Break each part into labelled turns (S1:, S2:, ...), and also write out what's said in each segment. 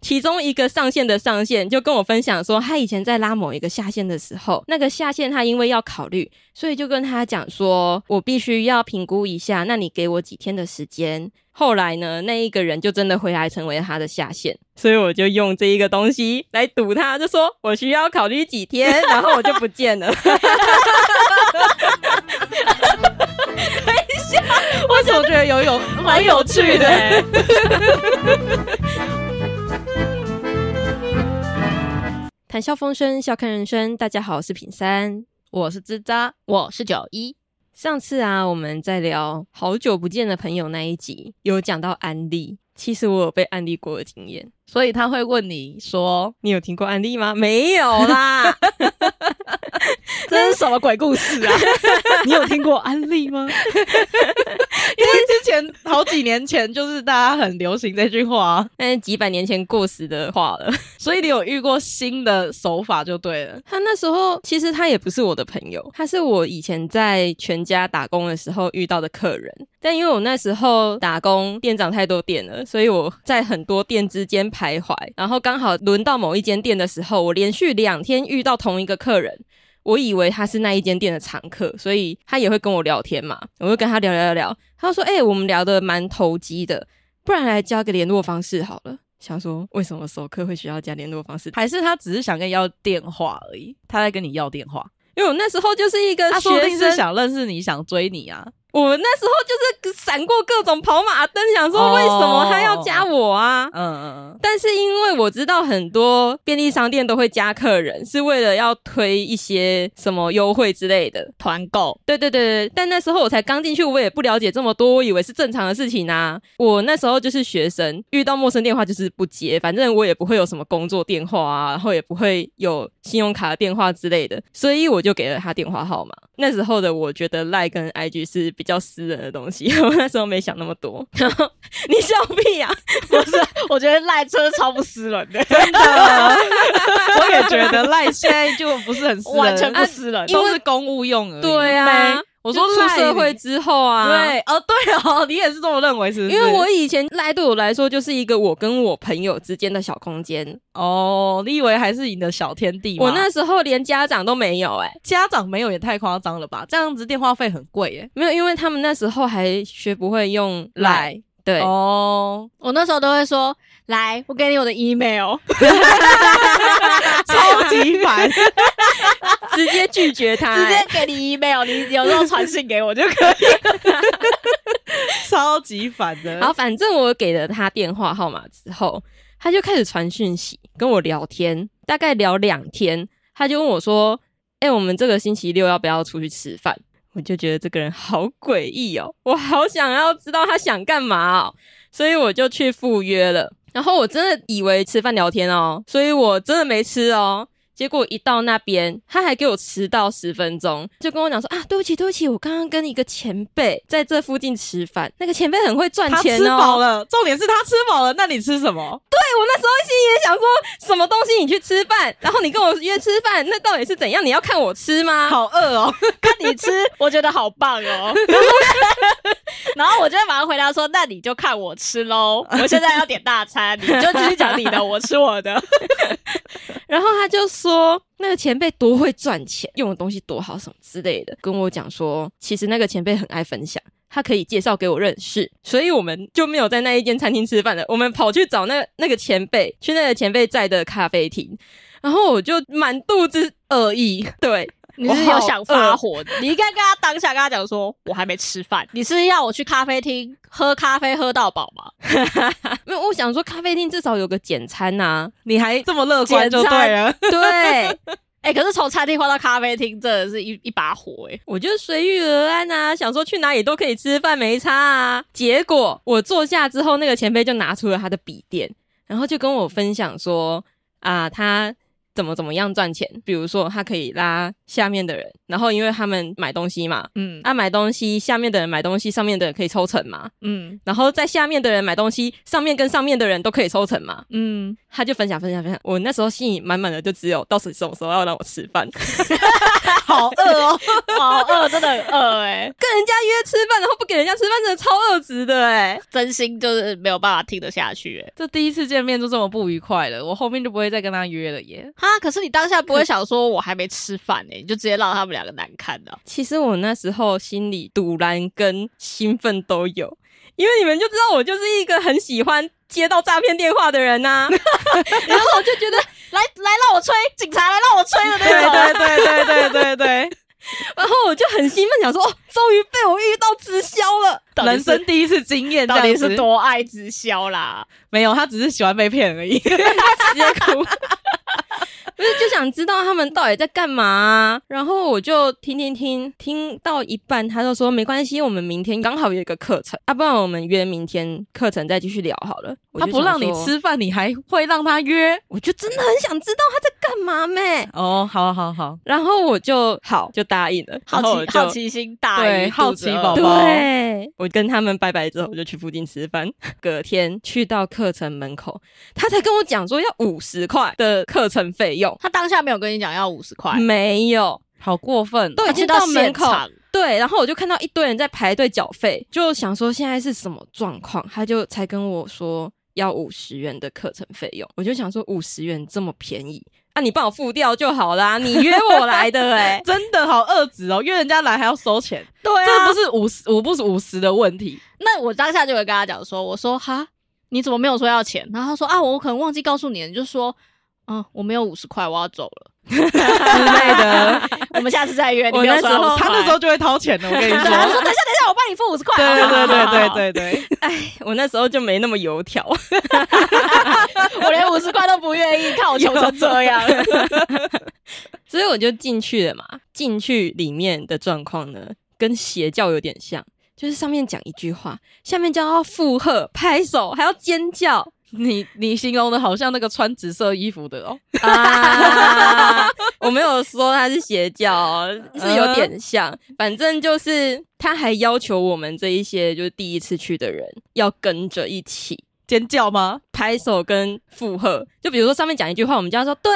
S1: 其中一个上线的上线就跟我分享说，他以前在拉某一个下线的时候，那个下线他因为要考虑，所以就跟他讲说，我必须要评估一下，那你给我几天的时间。后来呢，那一个人就真的回来成为他的下线，所以我就用这一个东西来堵他，就说我需要考虑几天，然后我就不见 了。
S2: 我总觉得有有蛮有趣的、欸。
S1: 谈笑风生，笑看人生。大家好，我是品三。
S2: 我是吱喳，我是九一。
S1: 上次啊，我们在聊好久不见的朋友那一集，有讲到安利。其实我有被安利过的经验，
S2: 所以他会问你说
S1: 你有听过安利吗？没有 啦，
S2: 这是什么鬼故事 啊？
S3: 你有听过安 利吗？
S2: 因为之前好几年前就是大家很流行这句话啊，
S1: 但是几百年前过时的话了。
S2: 所以你有遇过新的手法就对了。
S1: 他那时候其实他也不是我的朋友，他是我以前在全家打工的时候遇到的客人。但因为我那时候打工，店长太多店了，所以我在很多店之间徘徊。然后刚好轮到某一间店的时候，我连续两天遇到同一个客人，我以为他是那一间店的常客，所以他也会跟我聊天嘛。我就跟他聊聊聊聊，他就说：“哎、我们聊的蛮投机的，不然来加个联络方式好了。”想说为什么熟客会需要加联络方式？
S2: 还是他只是想跟你要电话而已，他在跟你要电话，
S1: 因为我那时候就是一个
S2: 他说不
S1: 学
S2: 定是
S1: 生，
S2: 想认识你，想追你啊。
S1: 我那时候就是闪过各种跑马灯，想说为什么他要加我啊？
S2: 嗯嗯嗯，
S1: 但是因为我知道很多便利商店都会加客人，是为了要推一些什么优惠之类的。
S2: 团购
S1: 对对对对，但那时候我才刚进去，我也不了解这么多，我以为是正常的事情啊。我那时候就是学生，遇到陌生电话就是不接，反正我也不会有什么工作电话啊，然后也不会有信用卡的电话之类的，所以我就给了他电话号码。那时候的我觉得赖跟 IG 是比较私人的东西， 我那时候没想那么 多。然后你笑屁啊呀、
S2: 不是，我觉得赖车超不私人的，真的， 我也觉得赖现在就不是很私人，
S3: 完全不私人啊
S1: 因为
S2: 都是公务用而 已。
S1: 对啊
S2: 没，我
S1: 我
S2: 说
S1: 说出
S2: 赖
S1: 社会之后啊，
S2: 对，哦，对哦，你也是这么认为，是不是？
S1: 因为我以前赖对我来说就是一个我跟我朋友之间的小空间，
S2: 哦，你以为还是你的小天地吗？
S1: 我那时候连家长都没有哎、
S2: 家长没有也太夸张了吧？这样子电话费很贵耶。
S1: 没有，因为他们那时候还学不会用赖，
S2: 来
S1: 对，
S2: 哦，
S3: 我那时候都会说，来，我给你我的 email。
S2: 超级烦，
S1: 直接拒绝 他、
S3: 直
S1: 哎
S3: 接给你 email，你有时候传信给我就 可以。
S2: 超级烦的。
S1: 然后反正我给了他电话号码之后，他就开始传讯息跟我聊天，大概聊两天，他就问我说：“哎、我们这个星期六要不要出去吃饭？”我就觉得这个人好诡异哦，我好想要知道他想干嘛哦，所以我就去赴约了。然后我真的以为吃饭聊天哦，所以我真的没吃哦。结果一到那边，他还给我迟到十分钟，就跟我讲说啊，对不起，对不起，我刚刚跟一个前辈在这附近吃饭，那个前辈很会赚
S2: 他
S1: 钱
S2: 吃饱
S1: 哦。
S2: 了，重点是他吃饱了，那你吃什么？
S1: 对我那时候心里也想说，什么东西你去吃饭，然后你跟我约吃饭，那到底是怎样？你要看我吃吗？
S2: 好饿哦，
S3: 看你吃，我觉得好棒哦。 然后我就会马上回答说：“那你就看我吃喽，我现在要点大餐，你就继续讲你的，我吃我 的。
S1: 然后他就说那个前辈多会赚钱，用的东西多好什么之类的，跟我讲说，其实那个前辈很爱分享，他可以介绍给我认识，所以我们就没有在那一间餐厅吃饭了，我们跑去找那那个前辈，去那个前辈在的咖啡厅， 然后我就满肚子恶意，对。
S3: 你是有想发火的，你应该跟他当下跟他讲说：我还没吃饭，你是要我去咖啡厅喝咖啡喝到饱吗？
S1: 没有，我想说咖啡厅至少有个简餐呐、
S2: 你还这么乐观就对 了。
S1: 对，
S3: 哎、可是从餐厅换到咖啡厅，真的是一一把火哎、
S1: 我就随遇而安啊，想说去哪里都可以吃饭，没差啊。结果我坐下之后，那个前辈就拿出了他的笔电，然后就跟我分享说啊，他怎么怎么样赚钱，比如说他可以拉下面的人，然后因为他们买东西嘛，
S2: 嗯
S1: 啊买东西，下面的人买东西，上面的人可以抽成嘛，
S2: 嗯
S1: 然后在下面的人买东西，上面跟上面的人都可以抽成嘛，
S2: 嗯，
S1: 他就分享分享分享，我那时候心里满满的就只有到底什么时候要让我吃饭，
S2: 好饿哦。
S3: 好饿，真的很饿哎、
S1: 跟人家约吃饭，然后不给人家吃饭，真的超恶质的哎、
S3: 真心就是没有办法听得下去哎、
S2: 这第一次见面就这么不愉快了，我后面就不会再跟他约了耶。
S3: 哈，可是你当下不会想说我还没吃饭欸呢、你就直接让他们两个难堪啊的、
S1: 其实我那时候心里堵然跟兴奋都有，因为你们就知道我就是一个很喜欢接到诈骗电话的人啊呐、然后我就觉得
S3: 来来让我吹，警察来让我吹的
S2: 对
S3: 那 种。
S2: 对对对对对 对，
S1: 然后我就很兴奋，想说哦，终于被我遇到直销了。
S3: 到底
S2: 人
S3: 是
S2: 生第一次经验，
S3: 到底
S2: 这样
S3: 是
S2: 子
S3: 多爱直销啦？
S2: 没有，他只是喜欢被骗而已。
S1: 直接哭。不是就想知道他们到底在干嘛啊、然后我就听听听，听到一半，他就说没关系，我们明天刚好有一个课程，啊，不然我们约明天课程再继续聊好了。我
S2: 他
S1: 就
S2: 不让
S1: 想
S2: 你
S1: 说，
S2: 吃饭，你还会让他约？
S1: 我就真的很想知道他在干嘛咩。
S2: 哦，好好好，
S1: 然后我就好就答应了，
S3: 好
S1: 然后我
S3: 奇好
S1: 就
S3: 奇哦心大
S2: 对
S3: 于
S2: 好
S3: 肚子
S2: 奇
S3: 饿
S2: 宝宝
S1: 对，我跟他们拜拜之后，我就去附近吃饭。隔天去到课程门口，他才跟我讲说要五十块的课程费用，
S3: 他当下没有跟你讲要五十块，
S1: 没有，
S2: 好过分。哦
S1: 都
S3: 他
S1: 已
S3: 去
S1: 经
S3: 到
S1: 嗯到
S3: 现
S1: 门口。
S3: 场，
S1: 对，然后我就看到一堆人在排队缴费，就想说现在是什么状况，他就才跟我说要五十元的课程费用，我就想说五十元这么便宜，啊，你帮我付掉就好啦，你约我来的哎、
S2: 真的好恶质哦，约人家来还要收钱，
S1: 对啊
S2: 这不是五十五不是五十的问题，
S3: 那我当下就会跟他讲说，我说哈，你怎么没有说要钱？然后他说啊，我可能忘记告诉你了，你就说，嗯，我没有五十块，我要走了，
S2: 之类的。
S3: 我们下次再约。你
S1: 我
S3: 不要
S1: 那
S3: 说
S1: 时
S3: 要
S1: 候
S3: 50块
S2: 他那时候就会掏钱的，我跟你
S3: 对 他说
S2: 说。
S3: 等一下等一下，我帮你付五十块。
S2: 对
S3: 好不好
S2: 对对
S3: 好不好
S2: 对对对对，
S1: 我那时候就没那么油条，
S3: 我连五十块都不愿意，看我穷成这样。
S1: 所以我就进去了嘛。进去里面的状况呢，跟邪教有点像，就是上面讲一句话，下面就要附和、拍手，还要尖叫
S2: 你你形容的好像那个穿紫色衣服的哦，
S1: 啊！ 我没有说它是邪教哦，是有点像。反正就是他还要求我们这一些就是第一次去的人要跟着一起。
S2: 尖叫吗？
S1: 拍手跟附和，就比如说上面讲一句话，我们就要说对，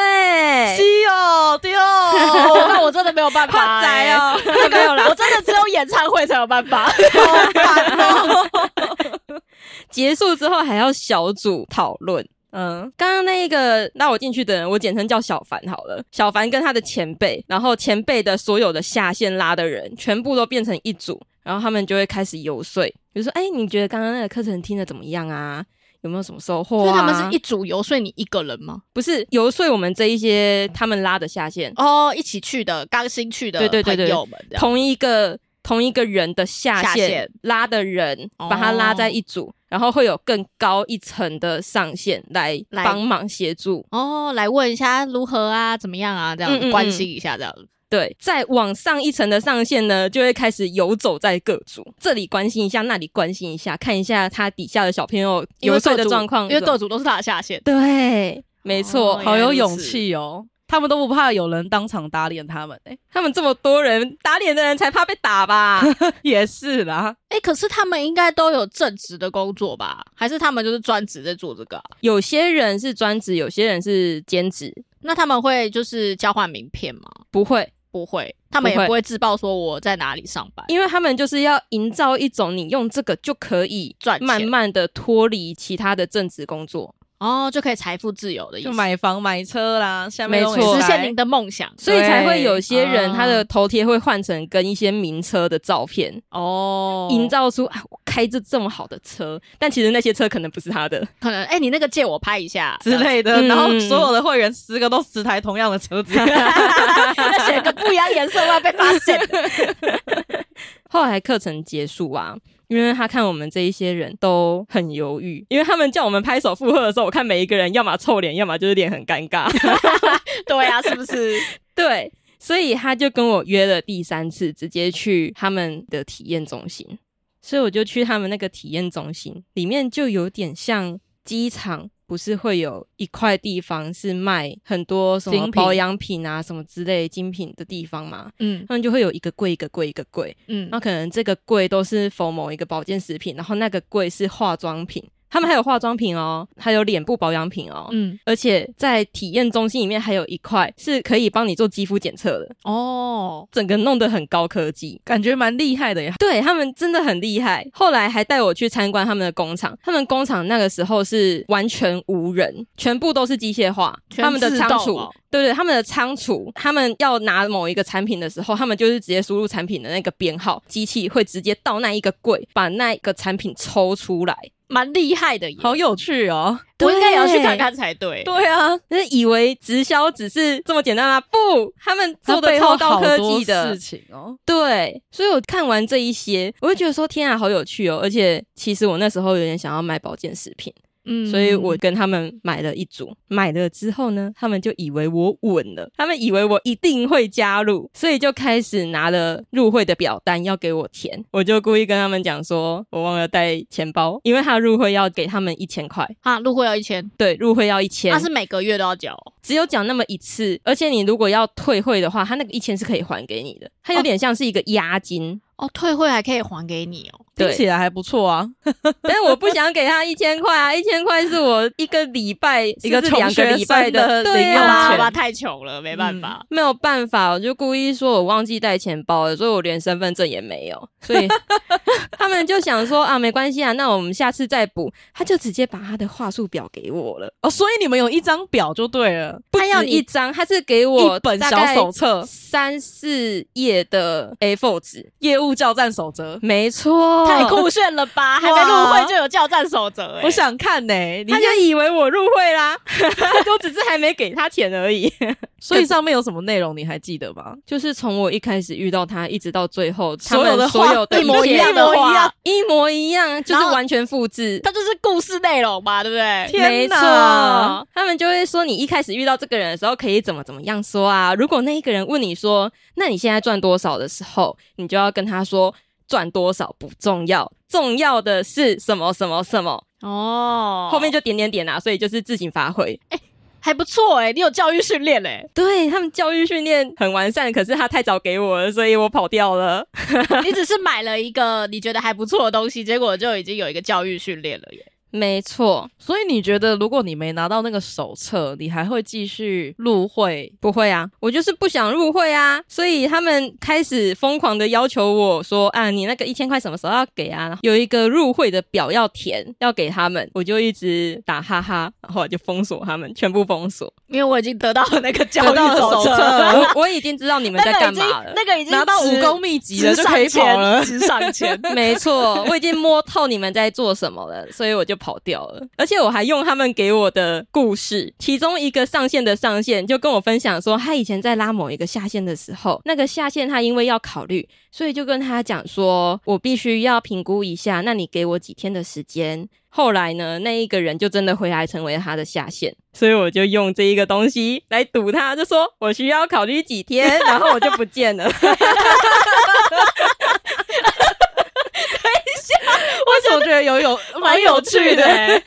S2: 是哦，对哦，
S3: 哦，那我真的没有 办法、
S1: 哇塞
S3: 欸，
S1: 哦，
S3: 没有啦，我真的只有演唱会才有办 法。
S1: 结束之后还要小组讨论。
S2: 嗯，
S1: 刚刚那一个拉我进去的人，我简称叫小凡好了。小凡跟他的前辈，然后前辈的所有的下线拉的人，全部都变成一组，然后他们就会开始游说，比如说，哎、你觉得刚刚那个课程听的怎么样啊？有没有什么收获
S3: 所以
S1: 啊？
S3: 他们是一组游说你一个人吗？
S1: 不是游说我们这一些他们拉的下线，
S3: 哦，一起去的，刚新去的
S1: 对对对对
S3: 朋友们这样，
S1: 同一个同一个人的下
S3: 下
S1: 线
S3: 线哦
S1: 拉的人，把他拉在一组，然后会有更高一层的上限来
S3: 来
S1: 帮忙协助。
S3: 哦，来问一下如何啊，怎么样啊，这样、
S1: 嗯嗯嗯
S3: 关心一下这样。
S1: 对，再往上一层的上限呢，就会开始游走在各组，这里关心一下，那里关心一下，看一下他底下的小朋友
S3: 因为
S1: 游说
S3: 各
S1: 的
S3: 组
S1: 状况
S3: 因为
S1: 是什
S3: 各
S1: 么。
S3: 组都是他的下线。
S1: 对，没错，
S3: 哦
S2: 好有勇
S3: 原来如此
S2: 气哦，他们都不怕有人当场打脸他们哎，
S1: 他们这么多人打脸的人才怕被打吧？
S2: 也是啦，
S3: 哎、可是他们应该都有正职的工作吧？还是他们就是专职在做这个啊、
S1: 有些人是专职，有些人是兼职，
S3: 那他们会就是交换名片吗？
S1: 不会，
S3: 不会，他们
S1: 不
S3: 也
S1: 会
S3: 不会自曝说我在哪里上班。
S1: 因为他们就是要营造一种你用这个就可以
S3: 赚钱
S1: 慢慢的脱离其他的正职工作，
S3: 哦，就可以财富自由的意
S2: 就
S3: 思，
S2: 买房买车啦，下面
S1: 没
S2: 都
S1: 错
S2: 也
S3: 实
S2: 塞
S3: 现您的梦想。
S1: 所以才会有些
S3: 对
S1: 人
S3: 啊
S1: 他的头贴会换成跟一些名车的照片，
S3: 哦，
S1: 营造出啊我开着这么好的车，但其实那些车可能不是他的。
S3: 可能哎、诶你那个借我拍一 下
S2: 之，类的，
S1: 嗯
S2: 然后所有的会员十个都十台同样的车 子，
S3: 那选个不一样颜色会被发 现。
S1: 后来课程结束啊。因为他看我们这一些人都很犹豫，因为他们叫我们拍手附和的时候，我看每一个人要么臭脸，要么就是脸很尴尬。
S3: 对啊，是不是？
S1: 对，所以他就跟我约了第三次，直接去他们的体验中心。所以我就去他们那个体验中心，里面就有点像机场，不是会有一块地方是卖很多什
S2: 精
S1: 么
S2: 品
S1: 保养品啊、什么之类精品的地方嘛？
S3: 嗯
S1: 他们就会有一个柜、一个柜、一个柜，
S3: 嗯
S1: 那可能这个柜都是否某一个保健食品，然后那个柜是化妆品。他们还有化妆品哦，还有脸部保养品哦，
S2: 嗯，
S1: 而且在体验中心里面还有一块是可以帮你做肌肤检测的，
S2: 哦，
S1: 整个弄得很高科技。
S2: 感觉蛮厉害的呀。
S1: 对他们真的很厉害，后来还带我去参观他们的工厂。他们工厂那个时候是完全无人，全部都是机械化。
S3: 全
S1: 他们的
S3: 自
S1: 仓
S3: 动
S1: 储，
S3: 哦
S1: 对对，他们的仓储，他们要拿某一个产品的时候，他们就是直接输入产品的那个编号，机器会直接到那一个柜，把那一个产品抽出来。
S3: 蛮厉害的耶。
S2: 好有趣哦！
S3: 我应该也要去
S1: 对
S3: 看看才对。
S2: 对啊，
S1: 就是以为直销只是这么简单吗？不，他们做
S2: 它
S1: 的
S2: 背
S1: 超
S2: 后
S1: 高
S2: 好
S1: 科
S2: 多
S1: 技的
S2: 事，情哦。
S1: 对，所以我看完这一些，我就觉得说天啊，好有趣哦！而且其实我那时候有点想要买保健食品，
S2: 嗯
S1: 所以我跟他们买了一组。买了之后呢，他们就以为我稳了，他们以为我一定会加入，所以就开始拿了入会的表单要给我填。我就故意跟他们讲说，我忘了带钱包，因为他入会要给他们一千块，
S3: 啊，入会要一千，
S1: 对，入会要一千、
S3: 他啊是每个月都要交哦，
S1: 只有讲那么一次，而且你如果要退会的话，他那个一千是可以还给你的，它有点像是一个押金。
S3: 哦退会还可以还给你哦。
S2: 听
S1: 对，
S2: 起来还不错啊，
S1: 但是我不想给他一千块啊，一千块是我一个礼拜一个两个礼拜
S2: 穷学生的
S1: 对
S2: 零
S3: 爸
S2: 用
S1: 啊
S3: 爸，
S2: 钱
S3: 爸爸太穷了，没办法。
S1: 没有办法，我就故意说我忘记带钱包了，所以我连身份证也没有，所 以他们就想说啊，没关系啊，那我们下次再补。他就直接把他的话术表给我了，
S2: 哦，所以你们有一张表就对了，
S1: 他要
S3: 止
S1: 一张，他是给我
S2: 一本
S1: 大
S2: 小
S1: 概
S2: 手册，
S1: 三四页的 A4 纸，
S2: 业务教战守则。
S1: 没错，
S3: 太酷炫了吧！还没入会就有教战守则、欸，
S2: 我想看呢、你
S1: 他就以为我入会 啦，都只是还没给他钱而已。
S2: 所以上面有什么内容你还记得吗？
S1: 就是从我一开始遇到他，一直到最后，
S2: 所有的
S1: 他们
S2: 话
S1: 所有的
S3: 一模
S1: 切
S3: 一样的
S2: 一模一
S3: 话
S2: 样，
S1: 一模一样，就
S3: 然
S1: 是
S3: 后
S1: 完全复制。
S3: 它就是故事内容嘛，对不对？
S1: 没
S2: 天
S1: 错
S2: 哪，
S1: 他们就会说你一开始遇到这个人的时候可以怎么怎么样说啊。如果那一个人问你说，那你现在赚多少的时候，你就要跟他说赚多少不重要，重要的是什么什么什么，
S3: 哦
S1: 后面就点点点啊，所以就是自行发挥。，
S3: 还不错哎、你有教育训练欸嘞
S1: 对他们教育训练很完善，可是他太早给我了，所以我跑掉了。
S3: 你只是买了一个你觉得还不错的东西，结果就已经有一个教育训练了耶。
S1: 没错，
S2: 所以你觉得如果你没拿到那个手册，你还会继续入 会？
S1: 不会啊，我就是不想入会啊，所以他们开始疯狂的要求我说啊，你那个一千块什么时候要给啊？然后有一个入会的表要填，要给他们，我就一直打哈哈，然后我就封锁他们，全部封锁。
S3: 因为我已经得到了那个教
S2: 得
S3: 育
S2: 到了手
S3: 册，
S2: 册，
S1: 我我已经知道你们
S3: 那
S1: 在
S3: 个
S1: 干
S3: 已经
S1: 嘛了。
S3: 那个已经
S2: 拿到武
S3: 值
S2: 功秘籍
S3: 值
S2: 了就可以
S3: 上
S2: 跑了
S3: 千，。值上千。
S1: 没错，我已经摸透你们在做什么了，所以我就跑掉了。而且我还用他们给我的故事，其中一个上线的上线就跟我分享说，他以前在拉某一个下线的时候，那个下线他因为要考虑，所以就跟他讲说，我必须要评估一下，那你给我几天的时间。后来呢，那一个人就真的回来成为他的下线，所以我就用这一个东西来赌他，就说我需要考虑几天，然后我就不见了。
S2: 为什么觉得有 有
S3: 蛮有趣
S2: 的？
S3: 的、欸，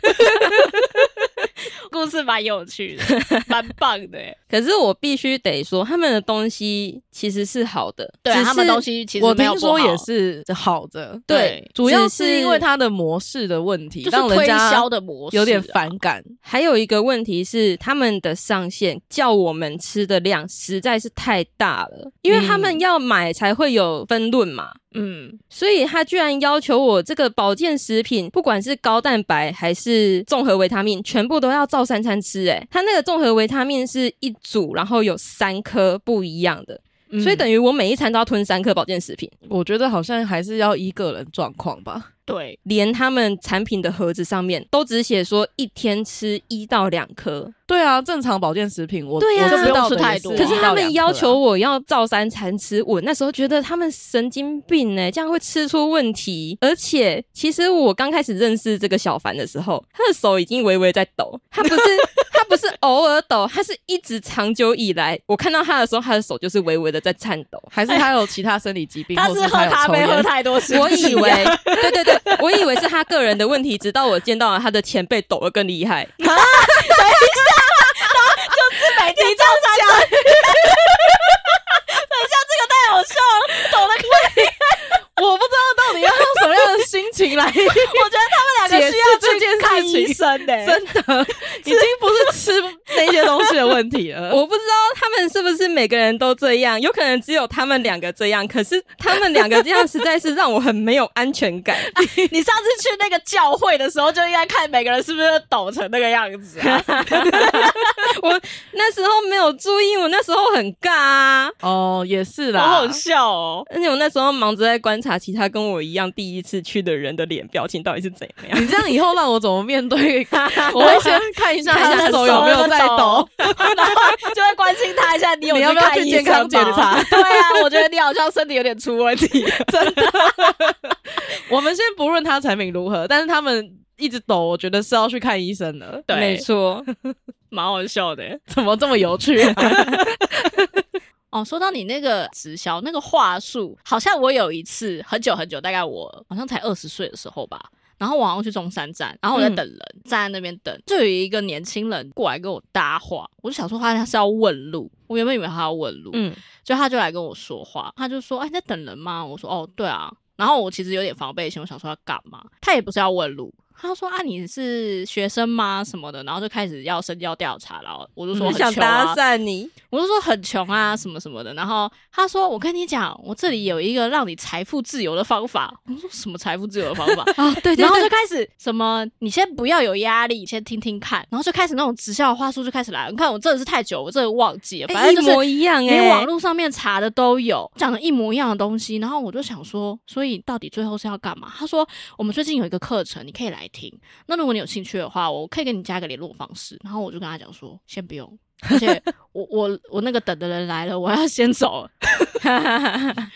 S3: 故事蛮有趣的，蛮棒的、欸。
S1: 可是我必须得说，他们的东西其实是好的，
S3: 对啊
S1: 只是
S3: 他们东西其实
S2: 我
S3: 没有
S2: 听
S3: 不
S2: 说
S3: 好
S2: 也是好的，
S1: 对，
S2: 主要
S1: 只是
S2: 是因为它的模式的问题，
S3: 就是
S2: 让
S3: 推
S2: 人家
S3: 销的模式、啊
S2: 有点。反感。
S1: 还有一个问题是，他们的上限叫我们吃的量实在是太大了，因为他们要买才会有分论嘛。
S3: 嗯，
S1: 所以他居然要求我这个保健食品，不管是高蛋白还是综合维他命，全部都要照三餐吃、欸。诶，他那个综合维他命是一组，然后有三颗不一样的，
S3: 嗯
S1: 所以等于我每一餐都要吞三颗保健食品。
S2: 我觉得好像还是要依个人状况吧。
S3: 对，
S1: 连他们产品的盒子上面都只写说一天吃一到两颗，
S2: 对啊，正常保健食品我
S1: 对啊
S2: 我知道的
S3: 就不用吃太多
S2: 也
S1: 可
S2: 一
S1: 是他
S2: 到两
S1: 们
S2: 克啊
S1: 要求我要照三餐吃，我那时候觉得他们神经病呢、这样会吃出问题。而且其实我刚开始认识这个小凡的时候，他的手已经微微在抖，他 不是他不是偶尔抖，他是一直长久以来，我看到他的时候，他的手就是微微的在颤抖。
S2: 还是他有其他生理疾病，
S3: 他
S2: 或
S3: 是
S2: 是
S3: 喝
S2: 有
S3: 咖
S2: 抽
S3: 啡
S2: 烟
S3: 喝太多次，
S1: 我以为，对对对，我以为是他个人的问题，直到我见到了他的前辈抖得更厉害。
S3: 每天早上 讲。等一下，这个太好笑了，懂得快。
S2: 我不知道到底要用什么样的心情来
S3: 我觉得他们两个
S2: 解
S3: 需
S2: 释
S3: 要
S2: 这
S3: 去
S2: 件
S3: 看
S2: 事 的问 题 了。
S1: 我不知道他们是不是每个人都这样，有可能只有他们两个这样。可是他们两个这样实在是让我很没有安全 感。
S3: 欸你上次去那个教会的时候，就应该看每个人是不是抖成那个样子 啊？
S1: 我那时候没有注意，我那时候很尬啊，
S2: 哦，也是啦，
S3: 好好笑哦！
S1: 而且我那时候忙着在观察其他跟我一样第一次去的人的脸表情到底是怎样。
S2: 你这样以后让我怎么面 对？我会先看一下
S3: 看一下
S2: 他的手
S3: 手
S2: 有没有在
S3: 有没
S2: 抖
S3: 有抖，然后就会关心他一下，你有
S2: 你要不要
S3: 看
S2: 去
S3: 医
S2: 健
S3: 生
S2: 康检
S3: 吗
S2: 查
S3: 对啊，我觉得你好像身体有点出问题。
S2: 我们先不论他产品如何，但是他们一直抖，我觉得是要去看医生的。
S3: 对
S1: 没错，
S3: 蛮好笑的。欸
S2: 怎么这么有趣、啊
S3: 哦，说到你那个直销那个话术，好像我有一次很久很久，大概我好像才二十岁的时候吧。然后我好像去中山站，然后我
S1: 嗯
S3: 在等人，站在那边等，就有一个年轻人过来跟我搭话，我就想说他是要问路，我原本以为他要问路，
S1: 嗯，
S3: 就他就来跟我说话，他就说：“哎，你在等人吗？”我说：“哦，对啊。”然后我其实有点防备心，我想说要干嘛？他也不是要问路，他说：“啊，你是学生吗？什么的？”然后就开始要深交调查，然后我就说
S1: 我
S3: 很
S1: 想
S3: 穷
S1: 搭，
S3: 啊
S1: 讪你，
S3: 我就说很穷啊，什么什么的。然后他说：“我跟你讲，我这里有一个让你财富自由的方法。”我说：“什么财富自由的方法？”
S1: 哦， 对
S3: 然后就开始什么，你先不要有压力，先听听看，然后就开始那种直销的话术就开始来了。你看我真的是太久，我真的忘记了，反正
S1: 一
S3: 就是
S1: 模一样哎、
S3: 连网络上面查的都有，讲的一模一样的东西。然后我就想说，所以到底最后是要干嘛？他说我们最近有一个课程，你可以来听。那如果你有兴趣的话，我可以给你加个联络方式。然后我就跟他讲说，先不用。而且我我我那个等的人来了，我要先走了，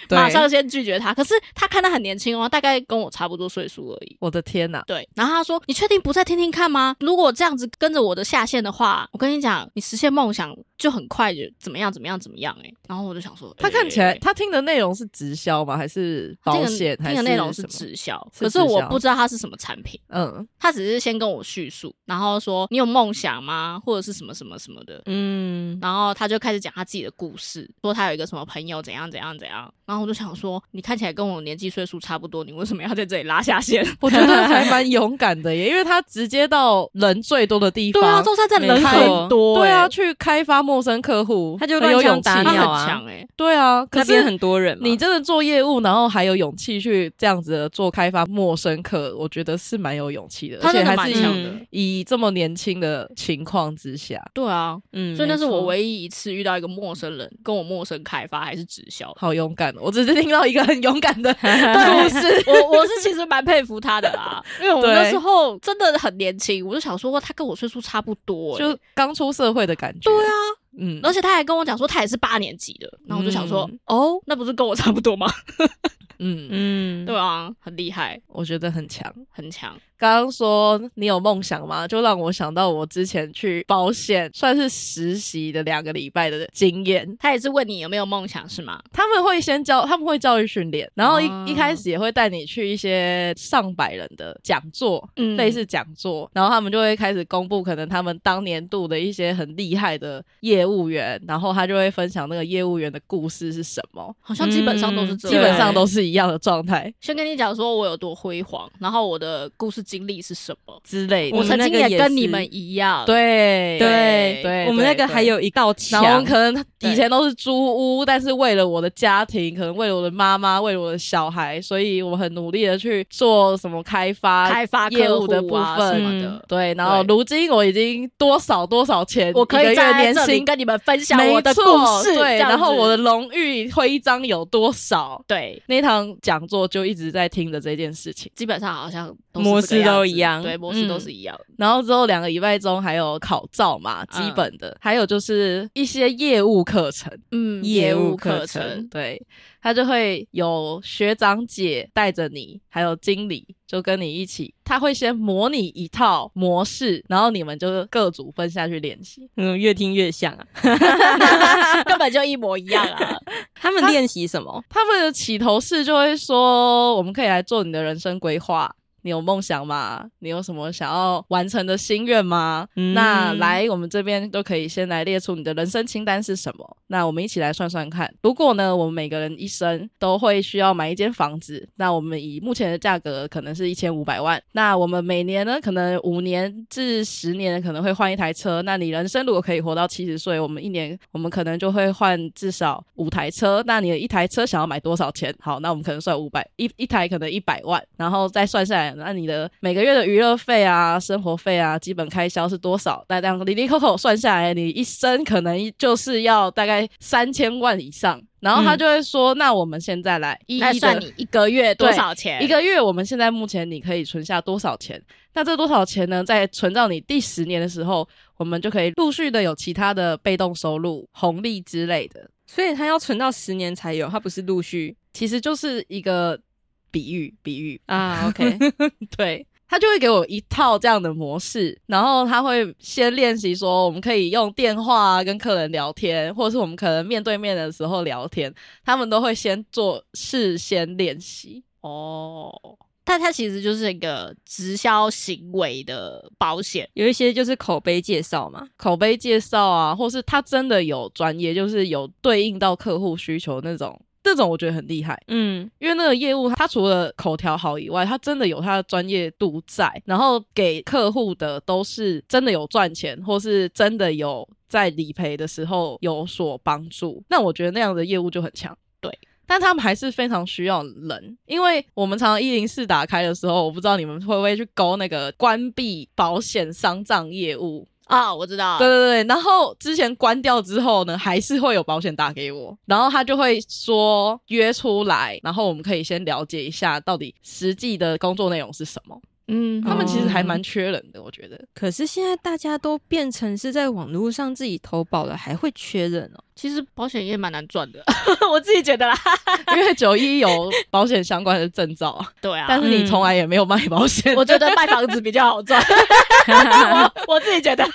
S2: 对
S3: 马上先拒绝他。可是他看他很年轻哦，大概跟我差不多岁数而已。
S2: 我的天哪、
S3: 对，然后他说：“你确定不再听听看吗？如果这样子跟着我的下线的话，我跟你讲，你实现梦想就很快就怎么样怎么样怎么样哎、欸然后我就想说，
S2: 他看起来
S3: 欸
S2: 他听的内容是直销吗？还是
S3: 这
S2: 保
S3: 个
S2: 险？还
S3: 这个内容
S2: 什
S3: 是
S2: 么
S3: 直销，
S2: 是
S3: 可
S2: 直
S3: 是我
S2: 销
S3: 不知道它是什么产品。
S2: 嗯
S3: 他只是先跟我叙述，然后说你有梦想吗，或者是什么什么什么的。
S1: 嗯，
S3: 然后他就开始讲他自己的故事，说他有一个什么朋友怎样怎样怎样。然后我就想说，你看起来跟我年纪岁数差不多，你为什么要在这里拉下 线？
S2: 我觉得还 蛮勇敢的耶，因为他直接到人最多的地方，
S3: 对啊，中山站
S1: 没
S3: 人
S1: 错
S3: 很多、
S2: 对啊，
S3: 欸
S2: 去开发陌生客户，
S1: 他就
S2: 很有
S1: 乱枪
S2: 勇气，
S1: 打
S3: 他
S1: 鸟
S3: 很
S1: 妙啊
S3: 强哎、欸
S2: 对啊，可
S1: 那
S2: 是
S1: 边很多人嘛，
S2: 你真的做业务，然后还有勇气去这样子的做开发陌生客，我觉得是蛮有勇气的，
S3: 他
S2: 而且
S3: 真的
S2: 还
S3: 蛮
S2: 是
S3: 强
S2: 以
S3: 的。
S1: 嗯
S2: 以这么年轻的情况之下，。
S3: 对啊，
S1: 嗯，
S3: 所以那是
S1: 没错
S3: 我唯一一次遇到一个陌生人跟我陌生开发还是直销
S2: 好勇敢哦！我只是听到一个很勇敢的故事，
S3: 我我是其实蛮佩服他的啦， 因为我
S2: 对
S3: 那时候真的很年轻，我就想说他跟我岁数差不多、欸，
S2: 就刚出社会的感觉。对啊，嗯，
S3: 而且他还跟我讲说他也是八年级的，然后我就想说、
S2: 嗯
S3: 哦，那不是跟我差不多吗？
S2: 嗯，
S1: 嗯，
S3: 对啊，很厉害，
S2: 我觉得很强。
S3: 很强。
S2: 刚刚说你有梦想吗？就让我想到我之前去保险，算是实习的两个礼拜的经验。
S3: 他也是问你有没有梦想是吗？
S2: 他们会先教，他们会教育训练，然后一、
S3: 哦
S2: 一开始也会带你去一些上百人的讲座，
S3: 嗯
S2: 类似讲座，然后他们就会开始公布可能他们当年度的一些很厉害的业务员，然后他就会分享那个业务员的故事是什么，
S3: 好像基本上都是这
S1: 对
S2: 基
S3: 样，
S2: 本上都是一样的状态
S3: 先跟你讲说我有多辉煌，然后我的故事经历是什么。
S2: 之类的。
S3: 我
S1: 们
S3: 曾
S1: 那
S3: 经
S1: 个
S3: 也
S1: 也
S3: 跟你
S1: 是
S3: 们一样，
S2: 对
S1: 对
S2: 对，
S1: 我们那个
S2: 对
S1: 还。有一道
S2: 然后
S1: 墙，
S2: 可能以
S3: 对
S2: 前都是租屋，但是为了我的家庭，可能为了我的妈妈，为了我的小孩，所以我很努力的去做什么开发、
S3: 开发
S2: 业
S3: 客
S2: 务的
S3: 户
S2: 部
S3: 啊
S2: 分
S3: 什么的。
S2: 对，然后
S3: 对
S2: 如今我已经多少多少钱，
S3: 我可
S2: 一个
S3: 以
S2: 月
S3: 站在
S2: 年
S3: 这里
S2: 薪
S3: 跟你们分享
S2: 没
S3: 我的故
S2: 错
S3: 事，
S2: 对，
S3: 这样
S2: 然后
S3: 子
S2: 我的荣誉徽章有多少？
S3: 对。
S2: 那堂讲座就一直在听着这件事情，
S3: 基本上好像都是
S1: 模
S3: 这个
S1: 式
S3: 样
S1: 都
S3: 子
S1: 一样
S3: 对，模式都
S2: 嗯
S3: 是一样的。
S2: 然后之后两个礼拜中还有考照嘛，基
S3: 嗯
S2: 本的，还有就是一些业务课程，
S3: 嗯
S1: 业务
S3: 课
S1: 课
S3: 程
S1: 程，
S2: 对，他就会有学长姐带着你，还有经理就跟你一起，他会先模拟一套模式，然后你们就各组分下去练习。
S1: 嗯，越听越像啊。
S3: 根本就一模一样啊！
S1: 他们练习什么？
S2: 他们的起头式就会说，我们可以来做你的人生规划。你有梦想吗？你有什么想要完成的心愿吗？
S1: 嗯
S2: 那来我们这边都可以先来列出你的人生清单是什么。那我们一起来算算看，如果呢，我们每个人一生都会需要买一间房子，那我们以目前的价格可能是一千五百万。那我们每年呢，可能五年至十年可能会换一台车。那你人生如果可以活到七十岁，我们一年我们可能就会换至少五台车。那你的一台车想要买多少钱？好，那我们可能算五百一一台可能一百万，然后再算下来，那你的每个月的娱乐费啊、生活费啊、基本开销是多少？那这样零零扣扣算下来，你一生可能就是要大概三千万以上。然后他就会说：“那我们现在来一一
S3: 来
S2: 的
S3: 算你一个月多
S2: 对
S3: 少钱？
S2: 一个月，我们现在目前你可以存下多少钱？那这多少钱呢？在存到你第十年的时候，我们就可以陆续的有其他的被动收入、红利之类的。
S1: 所以他要存到十年才有，他不是陆续
S2: 其实就是一个比喻，比喻
S1: 啊。OK，
S2: 对。他就会给我一套这样的模式，然后他会先练习说，我们可以用电话、啊、跟客人聊天，或者是我们可能面对面的时候聊天，他们都会先做事先练习。
S3: 哦，但它其实就是一个直销行为的保险。
S1: 有一些就是口碑介绍嘛，
S2: 口碑介绍啊，或是他真的有专业，就是有对应到客户需求那种，这种我觉得很厉害。
S1: 嗯，
S2: 因为那个业务，他除了口条好以外，他真的有他的专业度在，然后给客户的都是真的有赚钱，或是真的有在理赔的时候有所帮助。那我觉得那样的业务就很强。
S3: 对，
S2: 但他们还是非常需要人，因为我们常常一零四打开的时候，我不知道你们会不会去勾那个关闭保险丧葬业务，
S3: 啊、我知道，
S2: 对对对，然后之前关掉之后呢，还是会有保险打给我，然后他就会说约出来，然后我们可以先了解一下到底实际的工作内容是什么。
S3: 嗯，
S2: 他们其实还蛮缺人的，我觉得。
S1: 可是现在大家都变成是在网络上自己投保了，还会缺人哦。
S3: 其实保险业蛮难赚的， 我自己 觉得啦。
S2: 因为九一有保险相关的证照啊，
S3: 对啊，嗯
S2: 但是你从来也没有卖保险。
S3: 我觉得卖房子比较好赚， 我我自己觉得啦。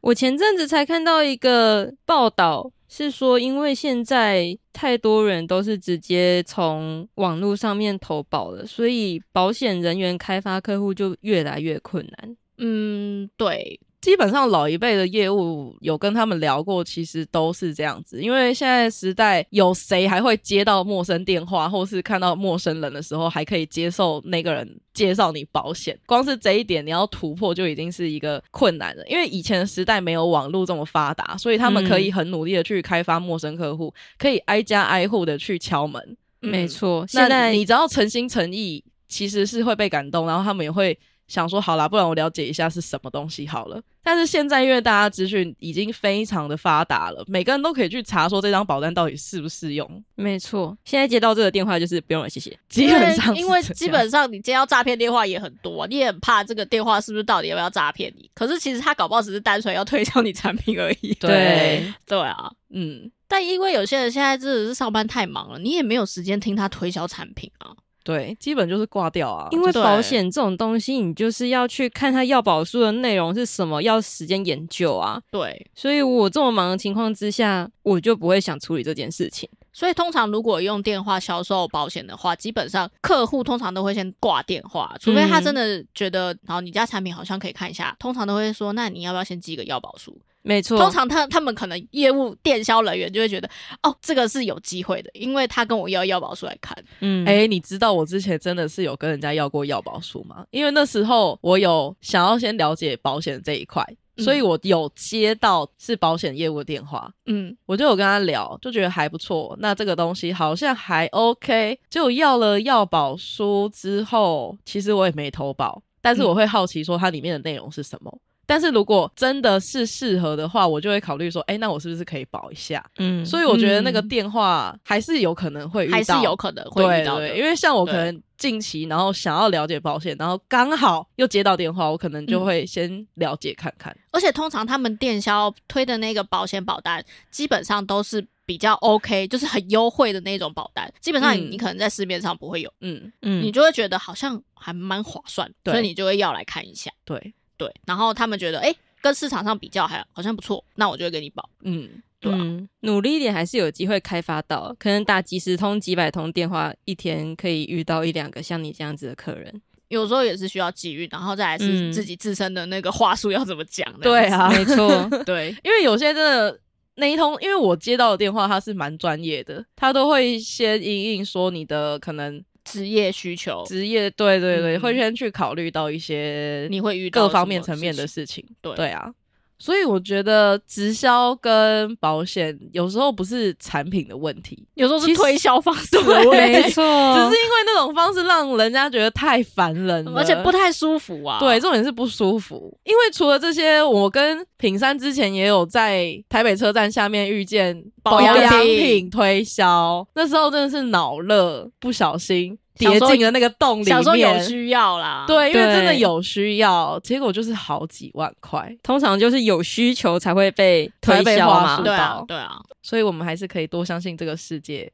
S1: 我前阵子才看到一个报道，是说因为现在太多人都是直接从网络上面投保了，所以保险人员开发客户就越来越困难。
S3: 嗯，对，
S2: 基本上老一辈的业务有跟他们聊过，其实都是这样子，因为现在时代有谁还会接到陌生电话，或是看到陌生人的时候还可以接受那个人介绍你保险？光是这一点，你要突破就已经是一个困难了。因为以前的时代没有网络这么发达，所以他们可以很努力的去开发陌生客户，可以挨家挨户的去敲门。
S3: 嗯
S1: 没错，现
S2: 那
S1: 在
S2: 你只要诚心诚意，其实是会被感动，然后他们也会想说，好啦，不然我了解一下是什么东西好了。但是现在因为大家资讯已经非常的发达了，每个人都可以去查说这张保单到底适不适用，
S1: 没错，现在接到这个电话就是不用了，谢谢。
S2: 基本上是
S3: 因为因为
S2: 这样
S3: 基本上你接到诈骗电话也很多，啊你也很怕这个电话是不是到底要不要诈骗你。可是其实他搞不好只是单纯要推销你产品而已。
S2: 对，
S3: 对啊，
S2: 嗯，
S3: 但因为有些人现在真的是上班太忙了，你也没有时间听他推销产品啊。
S2: 对，基本就是挂掉啊，
S1: 因为
S3: 对
S1: 保险这种东西，你就是要去看它要保书的内容是什么，要时间研究啊。
S3: 对，
S1: 所以我这么忙的情况之下，我就不会想处理这件事情。
S3: 所以通常如果用电话销售保险的话，基本上客户通常都会先挂电话，除非他
S2: 嗯
S3: 真的觉得，然后你家产品好像可以看一下，通常都会说，那你要不要先寄个要保书？
S1: 没错，
S3: 通常他他们可能业务电销人员就会觉得，哦，这个是有机会的，因为他跟我要要保书来看。
S1: 嗯，
S2: 哎、你知道我之前真的是有跟人家要过要保书吗？因为那时候我有想要先了解保险这一块，
S3: 嗯
S2: 所以我有接到是保险业务的电话，
S3: 嗯，
S2: 我就有跟他聊，就觉得还不错。那这个东西好像还 OK，就要了要保书之后，其实我也没投保，但是
S3: 嗯
S2: 我会好奇说它里面的内容是什么。但是如果真的是适合的话，我就会考虑说，哎、那我是不是可以保一下？
S1: 嗯，
S2: 所以我觉得那个
S3: 嗯
S2: 电话还是有可能会遇到，
S3: 还是有可能会遇到
S2: 对
S3: 的，
S2: 对，因为像我可
S3: 对
S2: 能近期，然后想要了解保险，然后刚好又接到电话，我可能
S3: 嗯
S2: 就会先了解看看。
S3: 而且通常他们电销推的那个保险保单，基本上都是比较 OK，就是很优惠的那种保单，基本上你
S2: 嗯
S3: 你可能在市面上不会有，
S2: 嗯，
S1: 嗯
S3: 你就会觉得好像还蛮划算，
S2: 对
S3: 所以你就会要来看一下。
S2: 对，
S3: 对，然后他们觉得哎、诶跟市场上比较还好像不错，那我就会给你保。
S2: 嗯，
S3: 对啊
S1: 嗯，努力一点还是有机会开发到，可能打几十通、几百通电话，一天可以遇到一两个像你这样子的客人。
S3: 有时候也是需要机遇，然后再来
S1: 嗯
S3: 是自己自身的那个话术要怎么讲。
S2: 对啊
S1: 没错，
S3: 这样子， 对，
S2: 因为有些真的那一通，因为我接到的电话他是蛮专业的，他都会先隐隐说你的可能
S3: 职业需求
S2: 职业，对对对，
S3: 哦嗯
S2: 会先去考虑到一些
S3: 你会遇
S2: 各
S3: 到
S2: 方面
S3: 什么
S2: 层面的
S3: 事情。
S2: 事情，
S3: 对
S2: 对啊。所以我觉得直销跟保险有时候不是产品的问题，
S3: 有时候
S2: 其
S3: 是
S2: 实
S3: 推销方式的问
S1: 没
S3: 题，
S1: 错，
S2: 只是因为那种方式让人家觉得太烦人了，
S3: 而且不太舒服啊。
S2: 对，重点是不舒服。因为除了这些，我跟品山之前也有在台北车站下面遇见
S3: 保养
S2: 养
S3: 品
S2: 品推销，那时候真的是脑热，不小心
S3: 想
S2: 跌
S3: 说
S2: 进了那个洞里
S3: 小时候有
S2: 面。
S3: 需要啦。
S2: 对，因为真的
S1: 对
S2: 有需要，结果就是好几万块，
S1: 通常就是有需求才会被
S2: 才
S1: 推
S2: 被
S1: 销
S2: 话
S1: 嘛
S2: 术。
S3: 对啊
S2: 到，
S3: 对啊，
S2: 所以我们还是可以多相信这个世界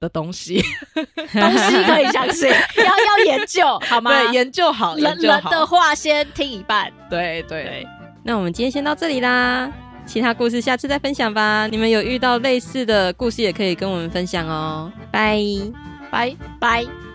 S2: 的东西，
S3: 东西可以相信，要要研究好吗？
S2: 对，研究好，
S3: 人
S2: 研究
S3: 人
S2: 好，
S3: 的话先听一半，
S2: 对对
S3: 对。
S1: 那我们今天先到这里啦，其他故事下次再分享吧。你们有遇到类似的故事也可以跟我们分享哦。拜。
S3: 拜拜。